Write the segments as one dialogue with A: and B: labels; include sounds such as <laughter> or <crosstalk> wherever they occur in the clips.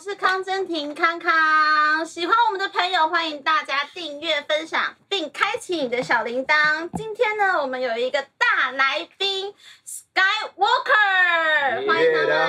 A: 是康真婷康康。喜欢我们的朋友，欢迎大家订阅、分享，并开启你的小铃铛。今天呢，我们有一个大来宾 Skywalker，欢迎
B: 耶
A: 他
B: 大家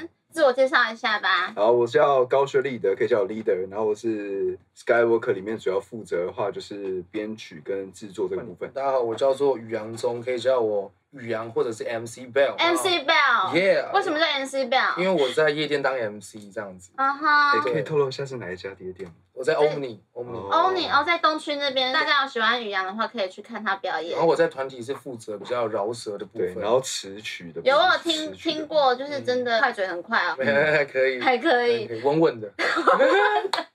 A: 们。自我介绍一下吧。
B: 好，我是叫高学立德，可以叫我 leader。然后我是 Skywalker 里面主要负责的话就是编曲跟制作这个部分。
C: 大家好，我叫做宇阳中，可以叫我宇阳或者是 MC Bell。
A: MC Bell，
C: Yeah。
A: 为什么？叫 MC
C: 因
A: Bell？
C: 为我在夜店当 MC 这样子，
A: 啊
B: 哎、
A: 哈
B: 可以透露一下是哪一家碟店吗？
C: 我在 Omni Omni，
B: 哦
A: 欧尼哦，在东区那边，大家有喜欢宇阳的话，可以去看他表演
C: 然后。哦我在团体是负责比较饶舌的部
B: 对
C: 分。，
B: 然后词曲的部分
A: 有我有听
B: 词曲的
A: 听过，就是真的快嘴很快哦，
C: <laughs> 可以，
A: 还可以。
C: 可以稳稳的。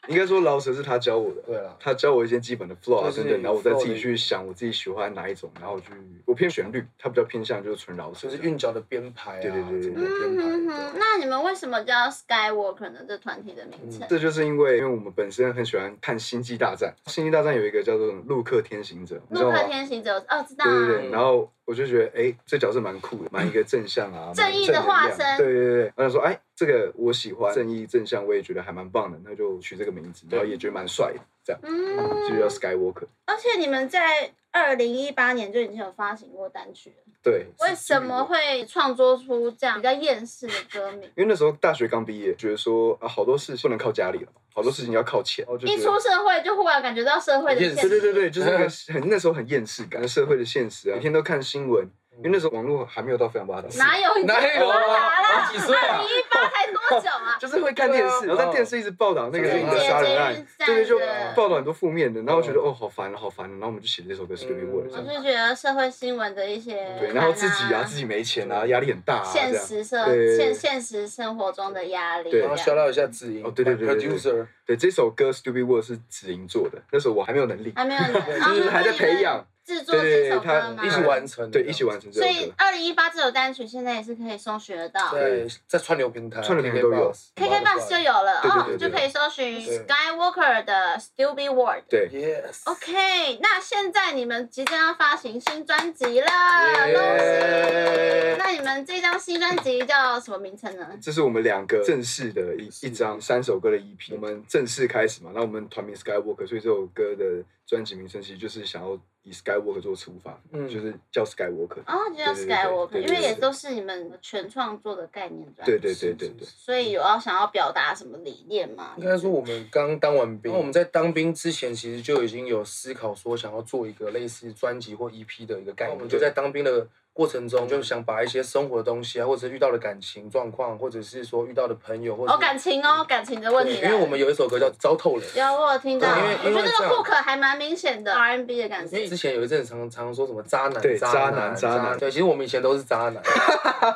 B: 应该说饶舌是他教我的。
C: 对了，
B: 他教我一些基本的 flow 啊
C: 就是
B: 等等，然后我再
C: flow
B: 自
C: 的
B: 己去想我自己喜欢哪一种，然后去我偏旋律，他比较偏向就是纯饶
C: 就
B: 舌这
C: 是
B: 样，
C: 韵脚的编排啊，
B: 对对对对
C: 整个
A: 嗯
C: 编
A: 哼
C: 排
A: 哼，。那你们为什么叫 Skywalker 呢？这团体的名称？
B: 这就是因为因为我们本身很喜欢看《星际大战》，《星际大战》有一个叫做陆克天行者，你知
A: 陆
B: 道吗
A: 克？天行者，哦，知道
B: 对对
A: 啊。
B: 对，然后我就觉得，哎、这角色蛮酷的，蛮一个正向
A: <laughs>
B: 啊，蛮
A: 正义的
B: 能量
A: 化身
B: 对对对，我想说，哎，这个我喜欢，正义正向，我也觉得还蛮棒的，那就取这个名字，然后也觉得蛮帅的，这样就叫
A: 嗯，
B: Skywalker。
A: 而且你们在二零一八年就已经有发行过单曲了，
B: 对，
A: 为什么会创作出这样比较厌世的歌名？
B: 因为那时候大学刚毕业，觉得说啊，好多事情不能靠家里了，好多事情要靠钱，然后就觉
A: 一
B: 得
A: 出社会就忽然感觉到社会的
C: 厌世
A: 现
B: 对对
A: 实，
B: 对
A: <laughs>
B: 对，就是那个很那时候很厌世感，社会的现实啊，每天都看新闻，因为那时候网络还没有到非常发达，
A: 嗯哪有已经
C: 哪有
A: 发
C: 啊
A: 达？啦？
C: 我几岁
A: 二
C: 啊
A: 零？一八才多久
B: <laughs>
A: 啊？
B: 就是会看电视，
C: 对
B: 然
C: 啊
B: 后在电视一直报道那个
C: 就是
B: 什么杀人案，
A: 这样
B: 对对，就
A: 的
B: 报道很多负面的，然后我觉得哦好烦啊，好烦啊，然后我们就写了这首歌《Stupid
C: 嗯
B: World
A: 我》，
C: 嗯
A: 就觉得社会新闻的一些，
B: 对，然后自己啊自己没钱啊，压力很大啊，这
A: 现
B: 样，
A: 实社
B: 对
A: 现现实生活中的压力，
B: 对
A: 这
C: 然后
A: 样
C: 消掉一下字音，
B: 哦对对对对对
C: producer，
B: 对，这首歌《Stupid World》是子莹做的，那时候我还没有能力，
A: 啊还没
B: <laughs>
A: 有，就
B: 就是还在培养，
A: 制作这首歌吗？
B: 对对对他
C: 一起完成，
B: 对，一起。完成这
A: 所
B: 首
A: 以
B: 歌，
A: 二零一八这首单曲现在也是可以搜寻得到
C: 对，在串流平台，
B: 串流平台都有
A: ，KK Box 就有了
B: 对对
A: 哦，
B: 对对
A: 就可以搜寻
C: 对
A: Skywalker 的 Stupid World。
B: 对，
C: Yes。
A: OK，那现在你们即将要发行新专辑了，
C: 耶
A: 恭喜！那你们这张新专辑叫什么名称呢？
B: 这是我们两个正式的一一张三首歌的 EP，我们正式开始嘛，那我们团名 Skywalker，所以这首歌的专辑名称其实就是想要以 Skywalker 做出发，
C: 嗯
B: 就是叫 Skywalker，
A: 哦，就叫
B: 对对对
A: Skywalker，
B: 对对对
A: 因为也都是你们全创作的概念专辑。
B: 对对对对对。
A: 所以有要想要表达什么理念吗？
C: 应该说我们刚当完兵，然后我们在当兵之前，其实就已经有思考说想要做一个类似专辑或 EP 的一个概
B: 哦
C: 念。我们就在当兵的过程中，就想把一些生活的东西啊，或者是遇到的感情状况，或者是说遇到的朋友，或者
A: 哦，
C: 是
A: 感情哦，感情的问题
C: 对
A: 来
C: 因
A: 了。
C: 为我们有一首歌叫《糟透了》。
A: 有我有听到，我觉
C: 对因为因
A: 得
C: 为
A: 那
C: 这
A: 个
C: 样
A: hook 还蛮明显的 R&B 的感
C: 因为
A: 觉。
C: 之前有一阵常常说什么渣男
B: 对、渣
C: 男、
B: 男
C: 渣
B: 渣男
C: 对，其实我们以前都是渣
B: <laughs>
C: 男，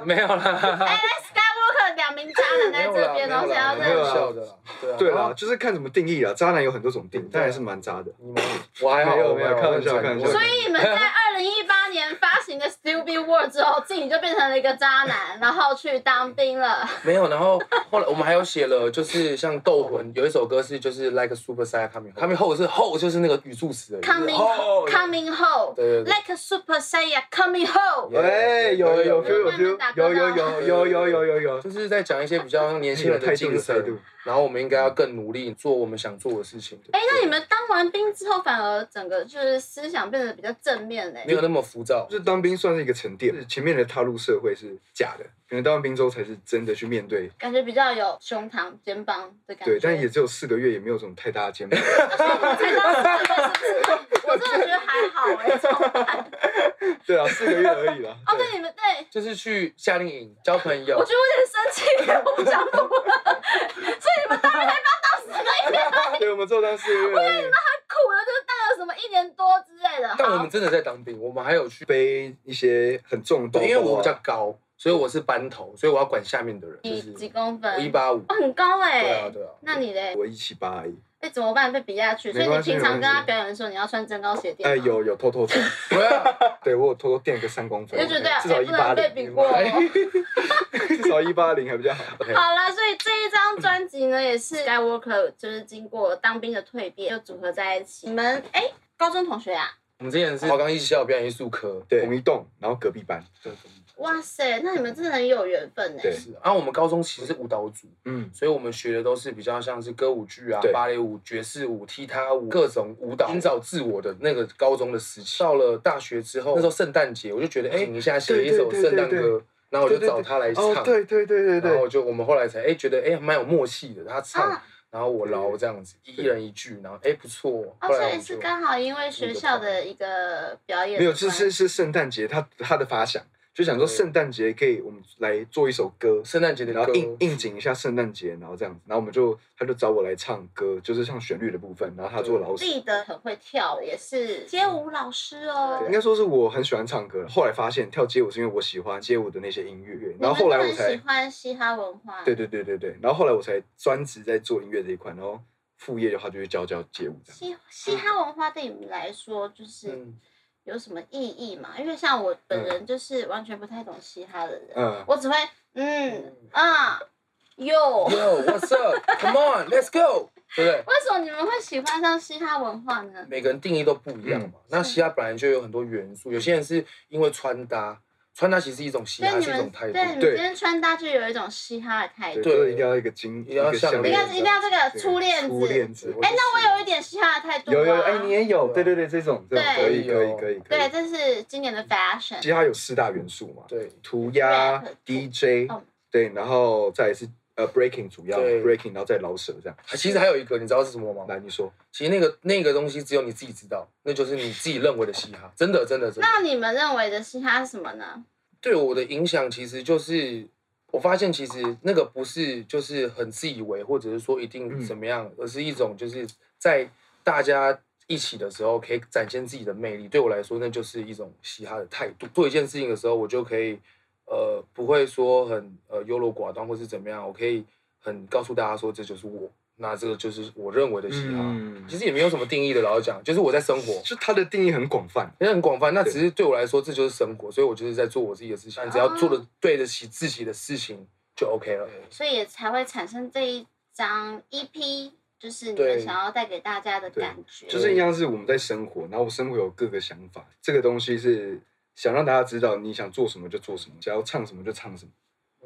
C: 没有啦，
A: 哎，Skywalker 两名渣男在
C: 没有
A: 这
C: 啦，
A: 边，然后
C: 没有
A: 想要
C: 啦，没
A: 在
B: 没
C: 有
B: 有啦
C: 笑的啦，对啊，
B: 对
C: 然
B: 啦，
C: 后
B: 就是看怎么定义啦。渣男有很多种定义，
C: 啊
B: 但还是蛮渣的。
C: 你们我还好，
B: 没有
C: 我还好
B: 没有开玩笑
C: 我很
B: 开玩笑
C: 我很
A: 所以你们在二零一八年发行的《Stupid World》之后，自己就变成了一个渣男，然后去当兵了。
C: 没有，然后后来我们还有写了，就是像《斗魂》有一首歌是就是 Like a Superstar Coming Home，Coming Home 是 Home 就是那个语助词而已。
A: Coming
C: 哦
A: coming home,
C: 对对对
A: like a super saiyan coming home。
C: Yeah
B: 哎，有有有 feel 有 feel，有有有有有有有有，
C: 就是在讲一些比较年轻
B: 有
C: 人
B: 态
C: 的
B: 度有
C: 精
B: 态度
C: 神，。然后我们应该要更努力做我们想做的事情，
A: 哎，那你们当完兵之后，反而整个就是思想变得比较正面嘞
C: 没。有那么浮躁
B: 就。是当兵算是一个沉淀，就是前面的踏入社会是假的，可能当完兵之后才是真的去面对。
A: 感觉比较有胸膛、肩膀的感觉。啊
B: 对，但也只有四个月，也没有什么太大的肩膀。
A: 才当四个月，
C: <laughs>
A: 是不是？我真的觉得还好哎、欸，怎么办？
B: <laughs> 对啊，四个月而已啦。
A: 哦，对，你们对。
C: 就是去夏令营交朋友
A: 我，觉得
B: <laughs>
A: 我有点生气，我不想录了。所以你们大概才刚到十个月，
B: 啊 <laughs> 对，我们做当四个月而已。
A: 苦了就是大概有什么一年多之类的。
C: 但我
A: 好
C: 们真的在当兵，我们还有去，
B: 背一些很重的包包啊，
C: 对，因为我比较高，所以我是班头，所以我要管下面的人，就
A: 你
C: 是
A: 几公
C: 我一
A: 分？
C: 八五，
A: 哦，很高哎、
C: 对啊对啊，
A: 那你嘞？
B: 我一七八而已。
A: 哎、怎么办？被比下去。所以你
B: 没关系
A: 平常
B: 没关系
A: 跟他表演的时候，你要穿增高鞋垫。
B: 哎，。有有偷偷垫，
C: 对啊，
B: <laughs> 对我有偷偷垫个三公分，
A: 我就觉得
B: 至少
A: 哎
B: 一
A: 不
B: 八
A: 能被比 <laughs>
B: 零，
A: 过。
B: <laughs> 至少一八零还比较好。
A: 好啦，所以这一张专辑呢，也是 Skywalker 就是经过当兵的蜕变，就组合在一起。你们哎、高中同学啊？
C: 我们之前是华冈艺校表演艺术科，
B: 对，同一栋，然后隔壁班，
A: 哇塞，那你们真的很有缘分哎、
B: 对
C: 是啊，然后我们高中其实是舞蹈组，
B: 嗯，
C: 所以我们学的都是比较像是歌舞剧啊
B: 对、
C: 芭蕾舞、爵士舞、踢踏舞各种舞蹈，寻找自我的那个高中的时期。到了大学之后，那时候圣诞节，我就觉得哎，你一下写一首
B: 对对对
C: 圣诞
B: 对对
C: 歌，然后我就找他来唱，
B: 哦，对对对对
C: 然后
B: 对，
C: 就我们后来才哎觉得哎蛮有默契的，他唱，
A: 啊
C: 然后我饶这样子，一人一句，然后哎不错，
A: 哦，
C: 后来
A: 所
C: 我
A: 以
C: 们
A: 是
C: 就
A: 刚好因为学校的一个表演的
B: 没有，这
A: 关
B: 是是圣诞节他他的发想，就想说
C: 对
B: 圣诞节可以我们来做一首歌，
C: 圣诞节的
B: 然后
C: 歌，
B: 应应景一下圣诞节，然后这样子，然后我们就他就找我来唱歌，就是唱旋律的部分，然后他做老师。
A: 立得很会跳，也是街舞老师哦。
B: 应该说是我很喜欢唱歌，后来发现跳街舞是因为我喜欢街舞的那些音乐，然后后来我
A: 你们都很
B: 才
A: 喜欢嘻哈文化，
B: 对对对对对，然后后来我才专职在做音乐这一块，然后副业的话就是教教街舞这样。
A: 嘻嘻哈文化对你们来说就是
C: 嗯，
A: 有什么意义嘛？因为像我本人就是完全不太懂嘻哈的人，
B: 嗯，
A: 我只会嗯啊哟。
C: Yo, what's up? Come on, let's go，对不对？
A: <laughs> 为什么你们会喜欢上嘻哈文化呢？
C: 每个人定义都不一样
A: 嗯
C: 嘛。那嘻哈本来就有很多元素，有些人是因为穿搭，穿搭其实是一种嘻
A: 对
C: 哈，
A: 你
C: 是一
A: 们，
C: 种态
A: 对你们
C: 度。
A: 今天穿搭就有一种嘻哈的态
B: 对，
A: 度，
C: 对
B: 就是一定要一个金，
C: 一定要
B: 个
C: 项
B: 项
A: 一定
C: 链
A: 要
B: 链
A: 一定要这个初恋
B: 初
A: 子。
B: 恋子。
A: 哎，那我有一点嘻哈的态度啊。
B: 有有哎，你也有，对
C: 对啊
B: 对对，这种这种
A: 对
B: 可以可以可以可
A: 对，
B: 以。
A: 这是今年的 fashion。
B: 其实它有四大元素嘛，
C: 对
B: 涂鸦
A: Rap、
B: DJ，
A: 哦
B: 对，然后再来是呃 breaking 主要
C: 对
B: breaking，然后再饶舌这样。
C: 啊其实还有一个，你知道是什么吗？
B: 来，你说，
C: 其实那个那个东西只有你自己知道，那就是你自己认为的嘻哈。真的，真的，真的。
A: 那你们认为的嘻哈是什么呢？
C: 对我的影响其实就是，我发现其实那个不是就是很自以为，或者是说一定怎么样，而是一种就是在大家一起的时候可以展现自己的魅力。对我来说，那就是一种嘻哈的态度。做一件事情的时候，我就可以呃不会说很呃优柔寡断或是怎么样，我可以很告诉大家说这就是我，那这个就是我认为的嘻哈。
B: 嗯，
C: 其实也没有什么定义的，老实讲，就是我在生活。
B: 就它的定义很广泛，
C: 也很广泛，那
B: 对
C: 只是对我来说，这就是生活，所以我就是在做我自己的事情。但只要做
A: 哦
C: 的对得起自己的事情，就 OK 了。
A: 所以也才会产生这一张 EP，就是你们
C: 对
A: 想要带给大家的感觉。
B: 就是一样是我们在生活，然后我生活有各个想法，这个东西是想让大家知道你想做什么就做什么，想要唱什么就唱什么，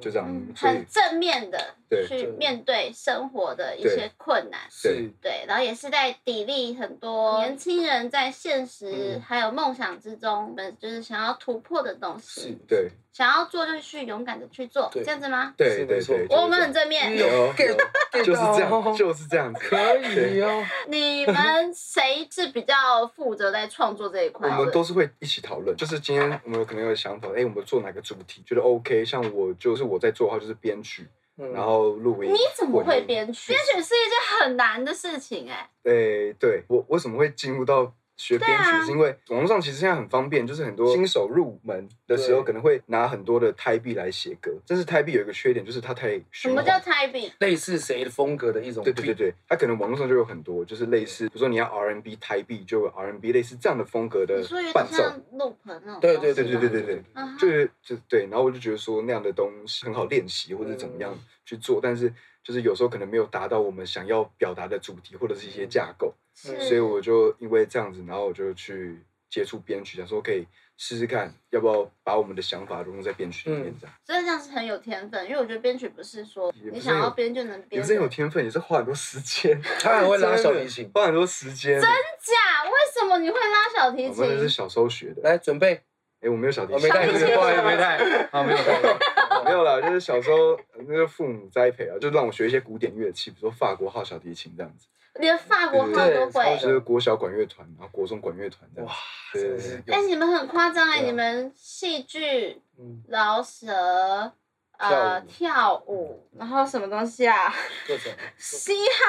B: 就这样
A: 嗯，，
B: 所以
A: 很正面的
B: 对
A: 去
C: 对
A: 面对生活的一些困难。
C: 是，
A: 对，然后也是在砥砺很多年轻人在现实
C: 嗯
A: 还有梦想之中，们就是想要突破的东
C: 是
A: 西，，
B: 对
A: 想要做就去勇敢的去做，
C: 对
A: 这样子吗？
B: 对
C: 是
B: 对
C: 没错
B: 对，
C: 我
A: 我们很正面，
B: 有有
C: get- get
B: 就是这
C: 到
B: 样，就是这样子。
C: 可以哦。
A: 你
B: <laughs>
A: 们谁是比较负责在创作这一
B: 我
A: 块？
B: 们都是会一起讨论，就是今天我们可能有想法，哎、我们做哪个主题觉得 OK？像我就是我在做的话，就是编曲，
C: 嗯
B: 然后录音。
A: 你怎么
B: 混
A: 会
B: 音？
A: 编曲？编曲是一件很难的事情哎、
B: 哎、对我为什么会进入到学编曲，
A: 对啊
B: 是因为网络上其实现在很方便，就是很多新手入门的时候，
C: 对
B: 可能会拿很多的胎币来写歌，但是胎币有一个缺点，就是它太
A: 什
B: 循
A: 么
B: 环。
A: 叫 typing？
C: 类似谁的风格的一种，
B: 对对对，对，它可能网络上就有很多，就是类似，比如说你要 R&B 胎币，就有 R&B 类似这样的风格的
A: 你说有
B: 呃伴
A: 点
B: 奏。
A: 像 loop 那种东西吗。
C: 对对
B: 对对对对对，
A: 啊哈
B: 就是就对，然后我就觉得说那样的东西很好练习，或者怎么样
C: 嗯
B: 去做，但是就是有时候可能没有达到我们想要表达的主题或者是一些架构，
C: 嗯
A: 是
B: 所以我就因为这样子，然后我就去接触编曲，想说可以试试看，要不要把我们的想法融入在编曲里面
C: 嗯
B: 这样。
A: 真的这样是很有天分，因为我觉得编曲不是说
B: 也不是
A: 你想要编就能
B: 也
A: 编
B: 不
A: 的。
B: 是很有天分，也是花很多时
C: <laughs>
B: 间，
C: 他还会拉小
B: <laughs>。
C: 提琴
B: 花很多时间。
A: 假？为什么你会拉小提
B: 我们那是
A: 琴？
B: 小时候学的，哎、
C: 来，准备，
B: 我没有小提
C: 我
B: 琴，
C: 哦没带，
A: 小提琴
C: 不好意思，没带。
B: 啊，没有没有没有啦，就是小时候呃那个父母栽培啊，就让我学一些古典乐器，比如说法国号小提琴这样子。
A: 连法国话都
C: 对超
A: 会
C: 级。
B: 就是国小管乐团，然后国中管乐团这样
C: 哇。，
B: 对
C: 真的是有
A: 哎，你们很夸张哎！
C: 对啊
A: 你们戏剧、
C: 嗯
A: 饶舌、呃跳舞，然后什么东西啊？
C: 各种
A: 嘻哈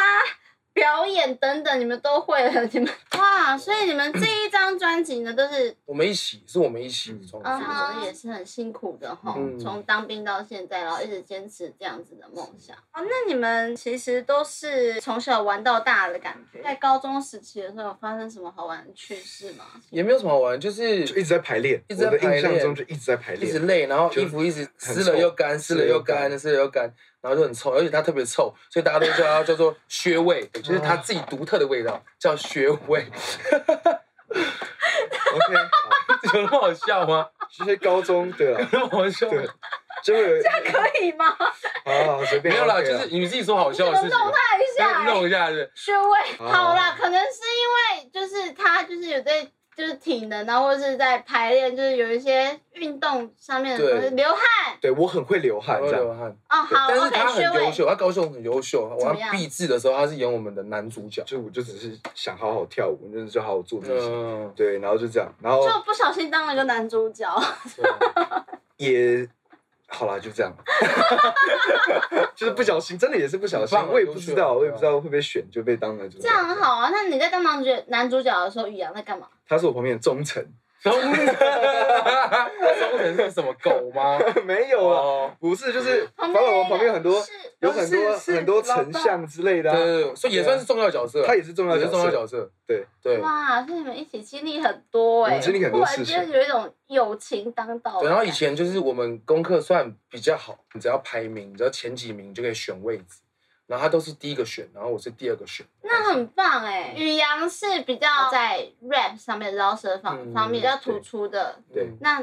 A: 表演等等，你们都会了，你们 <laughs> 哇！所以你们这一张专辑呢，都是
C: 我们一起，是我们一起
B: 嗯
C: 创
A: 嗯
C: 作
A: 哼，也是很辛苦的哈
C: 嗯，
A: 从当兵到现在，然后一直坚持这样子的梦想。哦，那你们其实都是从小玩到大的感觉。在高中时期的时候，有发生什么好玩的趣事吗？ <laughs>
C: 也没有什么好玩，就是
B: 就一直在排练，
C: 一直在
B: 我的
C: 排
B: 印象
C: 练
B: 中就一直在排
C: 一直
B: 练。
C: 累，然后
B: 就
C: 衣服一直
B: 很
C: 湿了
B: 臭
C: 又干，湿了又
B: 湿了又
C: 干，
B: 干
C: 湿了又干，然后就很臭，而且它特别臭，所以大家都叫它叫
B: <laughs>
C: 做靴味，就是它自己独特的味道，叫靴味。
B: OK，好，
C: <laughs> 有那么好笑吗？
B: 这些高中对
C: 有
B: 了，
C: 那么好笑吗
B: 对？，就
C: <laughs>
B: 会有
A: 可以吗？
B: 好好好随便
C: 没有啦，
B: OK 啊
C: 就是你自己说好笑的事情
A: 弄
C: 啊，
A: 他一下、
C: 弄一下是
A: 穴位。
B: 哦
A: 好啦，可能是因为就是他就是有在就是体能啊，或者是在排练，就是有一些运动上面的东西
C: 对
A: 流汗
B: 对我很会流汗
C: 会
B: 这
C: 流
B: 样，
C: 汗。
A: 哦。好
C: 但是
A: ，OK，
C: 他很
A: 穴
C: 优
A: 位。
C: 秀，他高中很优秀。
A: 怎
C: 我
A: 么
C: 要
A: 样
C: 毕制的时候，他是演我们的男主角。
B: 就我就只是想好好跳舞，就是就好好做自己， <laughs>
C: 嗯，
B: 对，然后就这样，然后
A: 就不小心当了个男主 <laughs> 角，
C: 对啊
B: 也好啦，就
C: <laughs>
B: 这样，就是不小心，真的也是不小心
C: 很棒，啊
B: 我也不知道，
C: 优秀
B: 我也不知道会被选就被当男主角
A: 这，样很好啊。那你在当男主男主角的时候，宇阳在干嘛？
B: 他是我旁边的忠臣，
C: 中中人是什么狗
B: <laughs>
C: 吗？
B: 没有啊，
C: 哦，
B: 不是，就是法老王旁边很多
A: 是
B: 有很多
C: 呃是是
B: 很
C: 老
B: 多
C: 大
B: 丞相之类的
C: 对
B: 啊，
C: 对对，所以也算是重要角色啊。
B: 他也是重要
C: 也
B: 角
C: 是重要
B: 色，
C: 角色。
B: 对
C: 对。
A: 哇，所以你们一起经历很多
B: 我
A: 哎、
B: 们经历很
A: 忽
B: 多
A: 然
B: 事情
A: 间有一种友情当道的感觉。
C: 对，然后以前就是我们功课算比较好，你只要排名，你只要前几名就可以选位置，然后他都是第一个选，然后我是第二个选。
A: 那很棒哎、宇阳是比较在 rap 上面、饶舌方
C: 嗯
A: 方面比较突
B: 对
A: 出的，
B: 对
C: 嗯
A: 那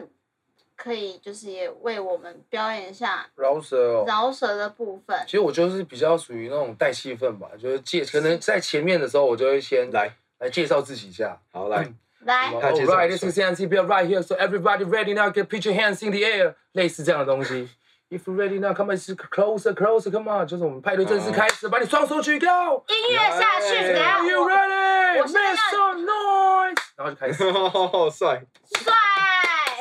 A: 可以就是也为我们表演一下
C: 饶舌哦。
A: 饶舌的部分
C: 其。实我就是比较属于那种带气氛吧，就是介可能在前面的时候，我就会先来
B: 来，
C: 来介绍自己一下。
B: 好来，
A: 来，
B: 他介绍
C: Alright, this is Nancy Bill right here. So everybody ready now? Get put your hands in the air. 类似这样的东西。If you ready now, come on, closer, closer, come on. 就是我们派对正式开始，把你双手举高。
A: 音乐下去，
B: 来
A: 等一下
C: Are you
A: 我
C: ready?
A: 我现在
C: Make some noise. 然后 <laughs> 就开始。
B: 帅
A: 帅。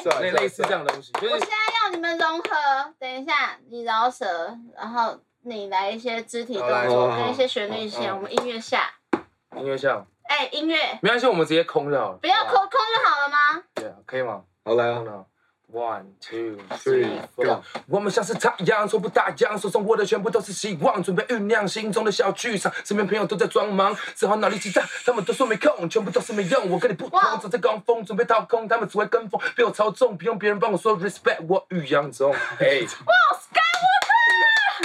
B: 帅，
C: 那
B: 帅
C: 类似这，样的东西，就
A: 我
C: 是
A: 现在要你们融合，等一下你饶舌，然后你来一些肢体动
C: 好来
A: 作
B: 好
A: 跟一些旋律线，
C: 好
A: 我们音乐下，
C: 音乐像，
A: 哎，音乐
C: 没关系，我们直接空就好了。
A: 不要空
C: 好吧，
A: 空就好了吗？
C: 对啊，可以吗？
B: 好来
C: 空
B: 啊
C: 了。One, two,
B: ，three go。
C: 我们像是太阳，从不打烊，手中握的全部都是希望，准备酝酿心中的小剧场。身边朋友都在装忙，只好脑力激荡。他们都说没空，全部都是没用。我跟你不
A: 哇
C: 同，走在高峰，准备掏空，他们只会跟风，被我操纵，不用别人帮我说 respect，我欲扬中。哎， <laughs> 哇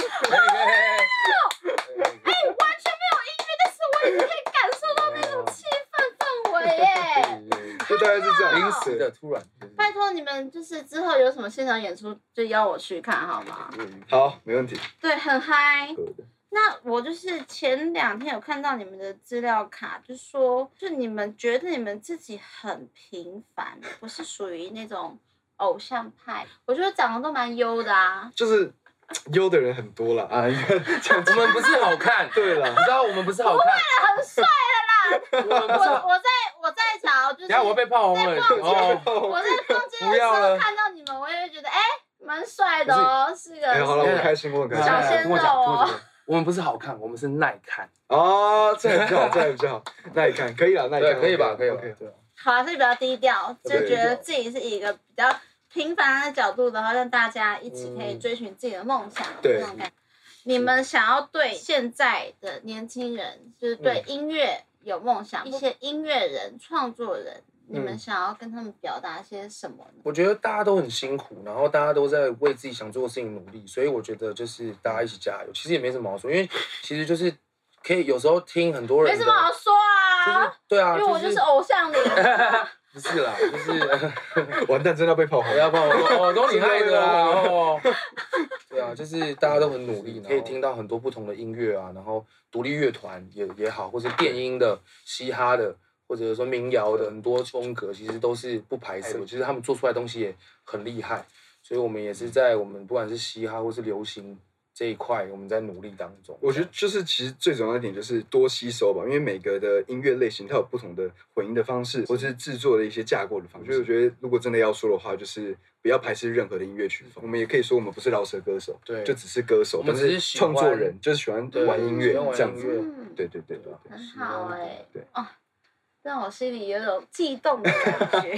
A: 哎，
C: ，Skywalker！
A: 完全没有音乐，但是我也可以感受到那种气氛氛围
C: <laughs>
A: 耶。
B: 就大概是这样，
C: 临时
A: 哦
C: 的，突然。
A: 拜托你们，就是之后有什么现场演出就邀我去看好吗？
B: 好，没问题，
A: 对，很嗨。
B: 可以的
A: 那我就是前两天有看到你们的资料卡，就说就你们觉得你们自己很平凡，不是属于那种偶像派，我觉得长得都蛮优的啊。
B: 就是优的人很多了啊，这样
C: 我们不是好看，你
B: <laughs> 对了，
C: 知道我们不是好看，
A: 很帅，
C: 我们 <laughs>
A: 我
C: 不是好。
A: 我在我在找就是
C: 等一下我被炮轰了
A: 在逛
C: 哦。
A: 我在逛街的
C: 不
A: 时
C: 要
A: 候
C: 了
A: 看到你们，我也会觉得哎，蛮帅的哦，是个
B: <laughs> 哎，好了，我开心，我很
C: 哦
B: 开
A: 小
B: 心
A: 鲜。肉
C: 跟我讲跟我
A: 哦
C: 讲我们不是好看，我们是耐看。
B: 哦，这很好，这很好，那你看可以了，那你看
C: 可以吧？
B: OK，
C: 可以吧
B: OK，？
C: 对啊。
A: 好啊，所以比较低调，就
B: 对
A: 觉得自己是以一个比较平凡的角度，然后让大家一起可以追寻自己的梦想，
B: 对
A: 那种感觉。你们想要对现在的年轻人，就是对音乐有梦想，一些音乐人、创作人，你们想要跟他们表达些什么呢？
C: 我觉得大家都很辛苦，然后大家都在为自己想做的事情努力，所以我觉得就是大家一起加油。其实也没什么好说，因为其实就是可以有时候听很多人
A: 没
C: 的，
A: 什么好说
C: 就是
A: 啊，
C: 对啊，
A: 因为我就是偶像脸。
C: 不是啦，就是。
B: 完蛋，真的要被炮轰
C: 不。要帮我 <laughs> 说，哦，都你害的啦，哦。 <laughs> 对啊，就是大家都很努力，可以听到很多不同的音乐啊，然后独立乐团也也好，或是电音的、嘻哈的，或者说民谣的，很多风格其实都是不排斥。其实他们做出来的东西也很厉害，所以我们也是在我们不管是嘻哈或是流行这一块，我们在努力当中。
B: 我觉得就是其实最重要的一点就是多吸收吧，因为每个的音乐类型它有不同的混音的方式，或是制作的一些架构的方式。所以我觉得如果真的要说的话，就是不要排斥任何的音乐曲风。我们也可以说我们不是饶舌歌手，
C: 对
B: 就只是歌手，
C: 我们
B: 但
C: 只是喜欢
B: 创作人，就是喜欢
C: 对
B: 玩音乐
C: 喜欢玩
B: 这样
C: 音
B: 子
C: 乐。
A: 嗯，
B: 对对对对对，
A: 很好哎、
B: 对
A: 哦，让我心里有种悸动的感 <laughs> 觉。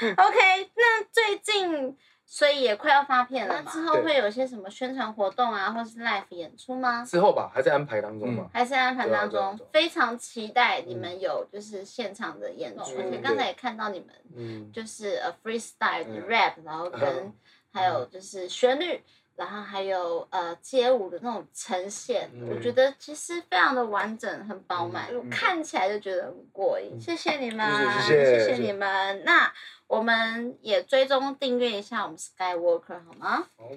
A: OK，那最近所以也快要发片了嘛，那之后
B: 对
A: 会有些什么宣传活动啊，或是 live 演出吗？
C: 之后吧，还在安排当中嘛。
A: 还是安排当
C: 对啊
A: 中
C: 对啊对啊，
A: 非常期待你们有就是现场的演出，
C: 嗯
A: 而且刚才也看到你们
C: 嗯，
A: 就是呃 freestyle 的
B: 嗯 <laughs>
A: rap，然后跟
C: 嗯
A: 还有就是旋律，然后还有呃街舞的那种呈现，
C: 嗯
A: 我觉得其实非常的完整，很饱满，
B: 嗯
A: 看起来就觉得很过瘾。谢谢你们，
B: 谢谢
A: 谢你们。那我们也追踪订阅一下我们 Skywalker 好吗？
C: 好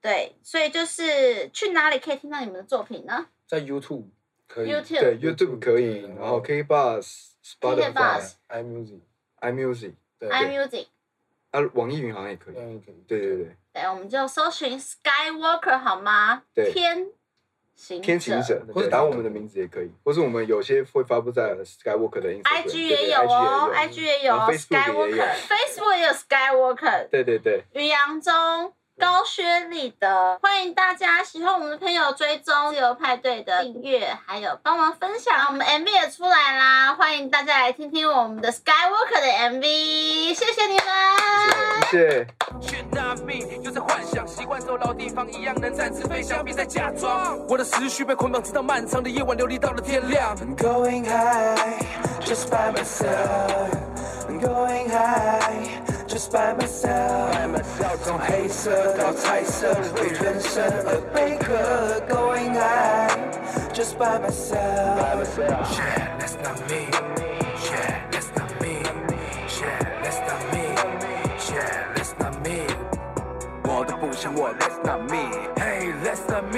A: 对，所以就是去哪里可以听到你们的作品呢
C: 在 YouTube 可以
A: YouTube
B: 对 YouTube 可以，
C: 对
B: 然后 K Bus、Spotify
A: KKBOX、
C: iMusic，
B: iMusic，
C: 对，
A: ？iMusic，
B: 啊，网易云好像也可以。
C: 那也可以，
B: 对对对，
A: 对，我们就搜寻 Skywalker 好吗？
B: 对
A: 天行
B: 天行者
C: 对
B: 或者打我们的名字也可以，或者我们有些会发布在 Skywalk 的 Instagram，
A: IG
B: 对
A: 也有哦
B: ，IG 也有嗯
A: ，IG 也有
B: 然
A: 哦
B: 后 Facebook 也有
A: ，Skywalker，Facebook 也有 Skywalker，
B: 对对对，
A: 于洋中。高薛立德，欢迎大家喜欢我们的朋友追踪自由派对的订阅，还有帮忙分享。我们 MV 也出来啦，欢迎大家来听听我们的 Skywalker 的 MV，谢谢你们。
B: 谢谢。
D: 却纳命，又在幻想，习惯走老地方，一样能展翅飞翔，别再假装。我的思绪被捆绑，直到漫长的夜晚流离到了天亮。
E: I'm going high, just by myself. I'm going high, just by myself. 慢慢到从黑色到彩色，为人生而悲歌。Going high, just by myself. By myself.
D: Yeah, that's not me. Yeah, that's not me. Yeah, that's not me. Yeah, that's not me. 我都不像我，That's not me. Hey, that's not me.